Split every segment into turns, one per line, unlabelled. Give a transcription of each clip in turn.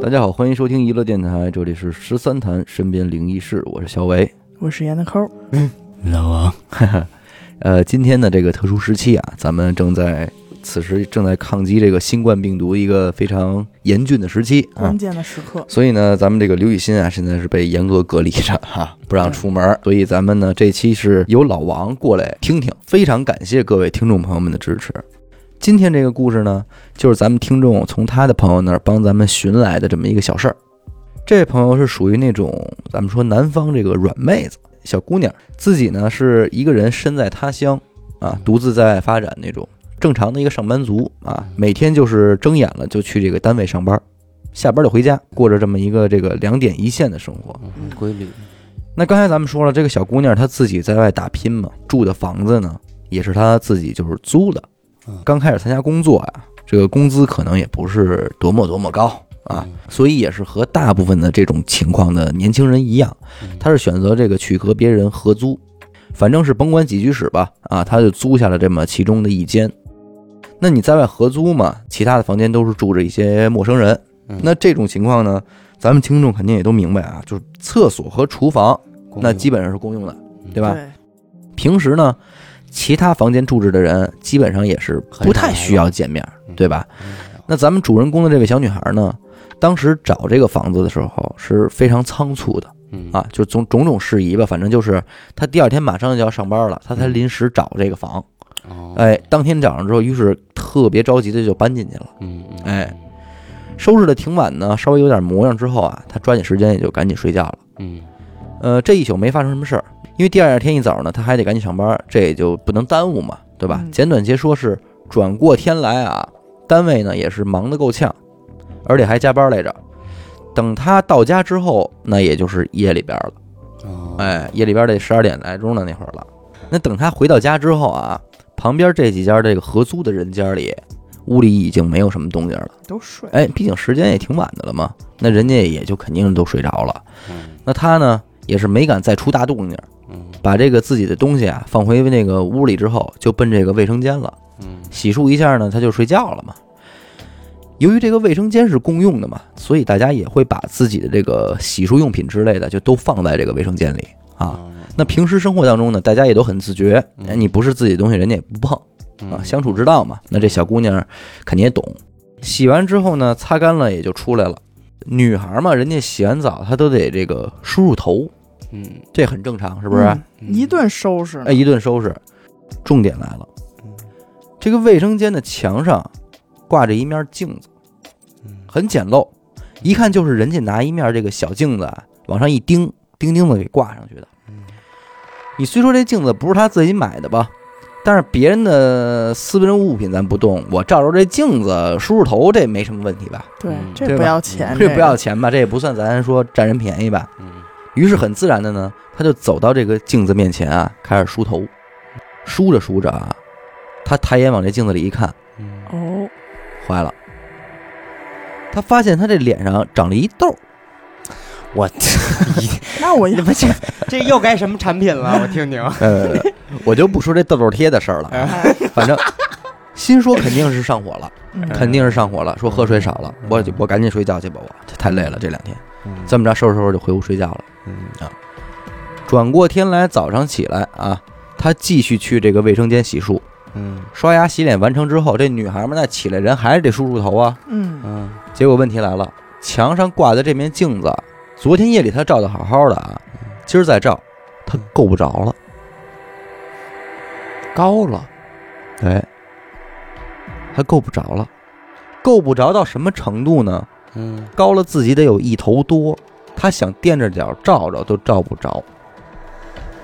大家好，欢迎收听娱乐电台，这里是十三谈身边灵异事，我是小伟。
我是闫德抠，
老王，
呃，今天的这个特殊时期啊，咱们正在此时正在抗击这个新冠病毒一个非常严峻的时期啊
关，键的时刻，
所以呢，咱们这个刘雨欣啊，现在是被严格隔离着哈、不让出门儿。所以咱们呢，这期是由老王过来听听，非常感谢各位听众朋友们的支持。今天这个故事呢，就是咱们听众从他的朋友那儿帮咱们寻来的这么一个小事儿。这位朋友是属于那种咱们说南方这个软妹子小姑娘，自己呢是一个人身在他乡啊，独自在发展那种正常的一个上班族啊，每天就是睁眼了就去这个单位上班，下班就回家，过着这么一个这个两点一线的生活。
嗯规律，
那刚才咱们说了，这个小姑娘她自己在外打拼嘛，住的房子呢也是她自己就是租的
嗯。
刚开始参加工作啊，这个工资可能也不是多么多么高啊，
嗯
所以也是和大部分的这种情况的年轻人一样，
嗯
她是选择这个去和别人合租，反正是甭管几居室吧，啊，她就租下了这么其中的一间。那你在外合租嘛，其他的房间都是住着一些陌生人
嗯。
那这种情况呢，咱们听众肯定也都明白啊，就是厕所和厨房那基
本
本上是公用的，嗯对吧？
对，
平时呢，其他房间住着的人基本上也是不太需要见面，对吧？那咱们主人公的这个小女孩呢，当时找这个房子的时候是非常仓促的
嗯
啊，就种种种事宜吧，反正就是她第二天马上就要上班了，她才临时找这个房。
哦
哎，当天早上之后，于是特别着急的就搬进去了。
嗯嗯
哎收拾的挺晚呢，稍微有点模样之后啊，她抓紧时间也就赶紧睡觉了。
嗯
呃，这一宿没发生什么事儿，因为第二天一早呢，他还得赶紧上班，这也就不能耽误嘛，对吧？
嗯
简短截说是转过天来啊，单位呢也是忙得够呛，而且还加班来着。等他到家之后，那也就是夜里边了，
哦
哎，夜里边得十二点来钟的那会儿了。那等他回到家之后啊，旁边这几家这个合租的人家里，屋里已经没有什么动静了。
都睡，
哎，毕竟时间也挺晚的了嘛，那人家也就肯定都睡着了。
嗯
那他呢，也是没敢再出大动静。
嗯
把这个自己的东西啊放回那个屋里之后，就奔这个卫生间了。
嗯
洗漱一下呢，他就睡觉了嘛。由于这个卫生间是公用的嘛，所以大家也会把自己的这个洗漱用品之类的就都放在这个卫生间里啊。
啊
那平时生活当中呢，大家也都很自觉，
嗯
哎你不是自己的东西，人家也不碰啊，相处之道嘛。那这小姑娘肯定也懂。洗完之后呢，擦干了也就出来了。女孩嘛，人家洗完澡她都得这个梳梳头，
嗯
这很正常，是不是？啊
嗯
嗯
一顿收拾呢？
哎，一顿收拾。重点来了，这个卫生间的墙上挂着一面镜子，
嗯
很简陋，一看就是人家拿一面这个小镜子啊往上一钉，钉钉子给挂上去的。你虽说这镜子不是他自己买的吧，但是别人的私人物品咱不动，我照着这镜子梳梳头，这没什么问题吧？
对
嗯，
这
对
不
吧
要钱，
这
个
不要钱吧？这也不算咱说占人便宜吧？
嗯
于是很自然的呢，他就走到这个镜子面前啊，开始梳头，梳着梳着啊，他抬眼往这镜子里一看，
嗯
哦，
坏了，他发现他这脸上长了一痘儿，
我
那我
你
也
不这这又该什么产品了？我听听。
呃，我就不说这痘痘贴的事儿了啊，
哎
反正心说肯定是上火了，
嗯
肯定是上火了，说喝水少了，我我赶紧睡觉去吧，我这太累了这两天，这么着收拾收拾就回屋睡觉了。
嗯
转过天来，早上起来啊，他继续去这个卫生间洗漱。
嗯
刷牙洗脸完成之后，这女孩们那起来人还是得梳梳头啊。
嗯，
嗯
结果问题来了，墙上挂的这面镜子，昨天夜里她照的好好的啊，今儿再照，她够不着了。
高了，
哎，她够不着了，够不着到什么程度呢？
嗯
高了自己得有一头多，她想垫着脚照照都照不着。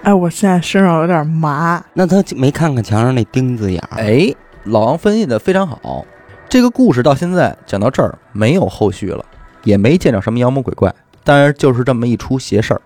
哎，我现在身上有点麻，
那他没看看墙上那钉子眼儿？
哎，老王分析的非常好，这个故事到现在讲到这儿没有后续了，也没见着什么妖魔鬼怪，但是就是这么一出邪事儿。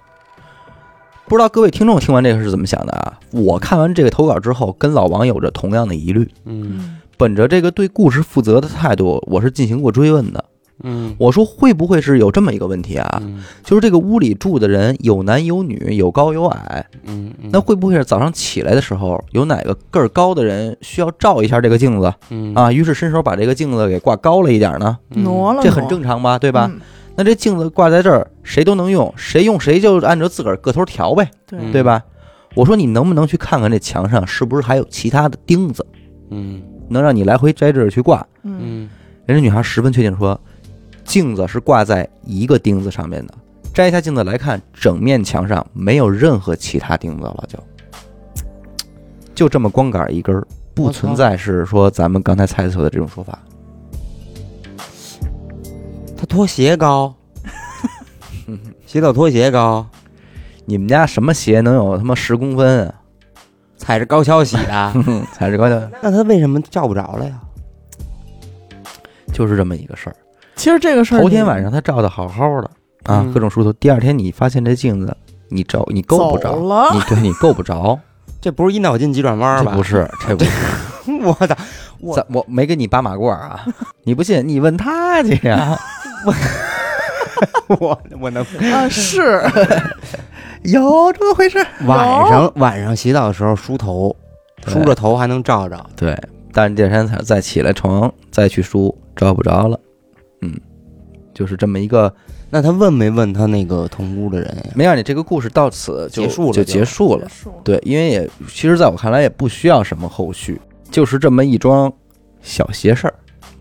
不知道各位听众听完这个是怎么想的啊？我看完这个投稿之后，跟老王有着同样的疑虑。
嗯
嗯，
本着这个对故事负责的态度，我是进行过追问的。
嗯
我说会不会是有这么一个问题啊？
嗯
就是这个屋里住的人有男有女，有高有矮，
嗯，
那会不会是早上起来的时候，有哪个个儿高的人需要照一下这个镜子，
嗯
啊，于是伸手把这个镜子给挂高了一点呢，
挪了
这很正常吧，对
对
吧？？
嗯
那这镜子挂在这儿，谁都能用，谁用谁就按照自个儿个头调呗，
对
嗯
对吧？我说你能不能去看看这墙上是不是还有其他的钉子，
嗯
能让你来回摘这儿去挂？
嗯
嗯
人家女孩十分确定说，镜子是挂在一个钉子上面的。摘下镜子来看，整面墙上没有任何其他钉子了，就就这么光杆儿一根儿，不
我操
存在是说咱们刚才猜测的这种说法。
他拖鞋 高，洗澡拖鞋高，
你们家什么鞋能有他妈十公分啊？
踩着高跷洗的，
才是高的，
那他为什么照不着了呀？
就是这么一个事儿。
其实这个事儿
头天晚上他照的好好的啊，
嗯
各种梳头。第二天你发现这镜子，你照你够不着
走，了
你对你够不着，
这不是一脑筋急转弯
这
吧？
不，是，这不是，
我操！我
咱我没给你扒马褂啊，你不信你问他去啊呀。
我我能
啊是
有这么回事？
晚上晚上洗澡的时候梳头，
对
梳着头还能照着。
对，但是第二天才再起来床再去梳，照不着了。嗯，就是这么一个，
那他问没问他那个同屋的人呀？
没让你这个故事到此就
结束了
就
就
结束了。
了，
对，因为也其实在我看来也不需要什么后续，就是这么一桩小邪事儿。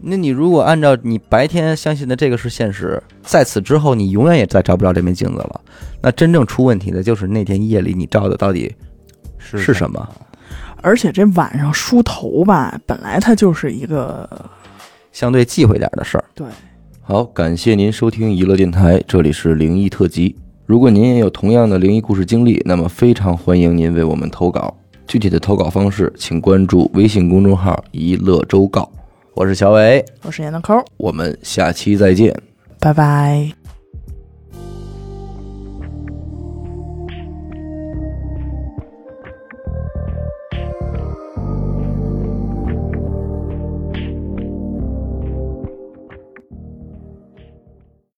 那你如果按照你白天相信的这个是现实，在此之后你永远也再照不着这面镜子了。那真正出问题的就是那天夜里你照的到底
是
是什么？
而且这晚上梳头吧，本来它就是一个
相对忌讳点儿的事儿。
对，
好，感谢您收听娱乐电台，这里是灵异特辑。如果您也有同样的灵异故事经历，那么非常欢迎您为我们投稿。具体的投稿方式，请关注微信公众号“一乐周告”。
我是小伟，
我是闫德抠，
我们下期再见。
拜拜。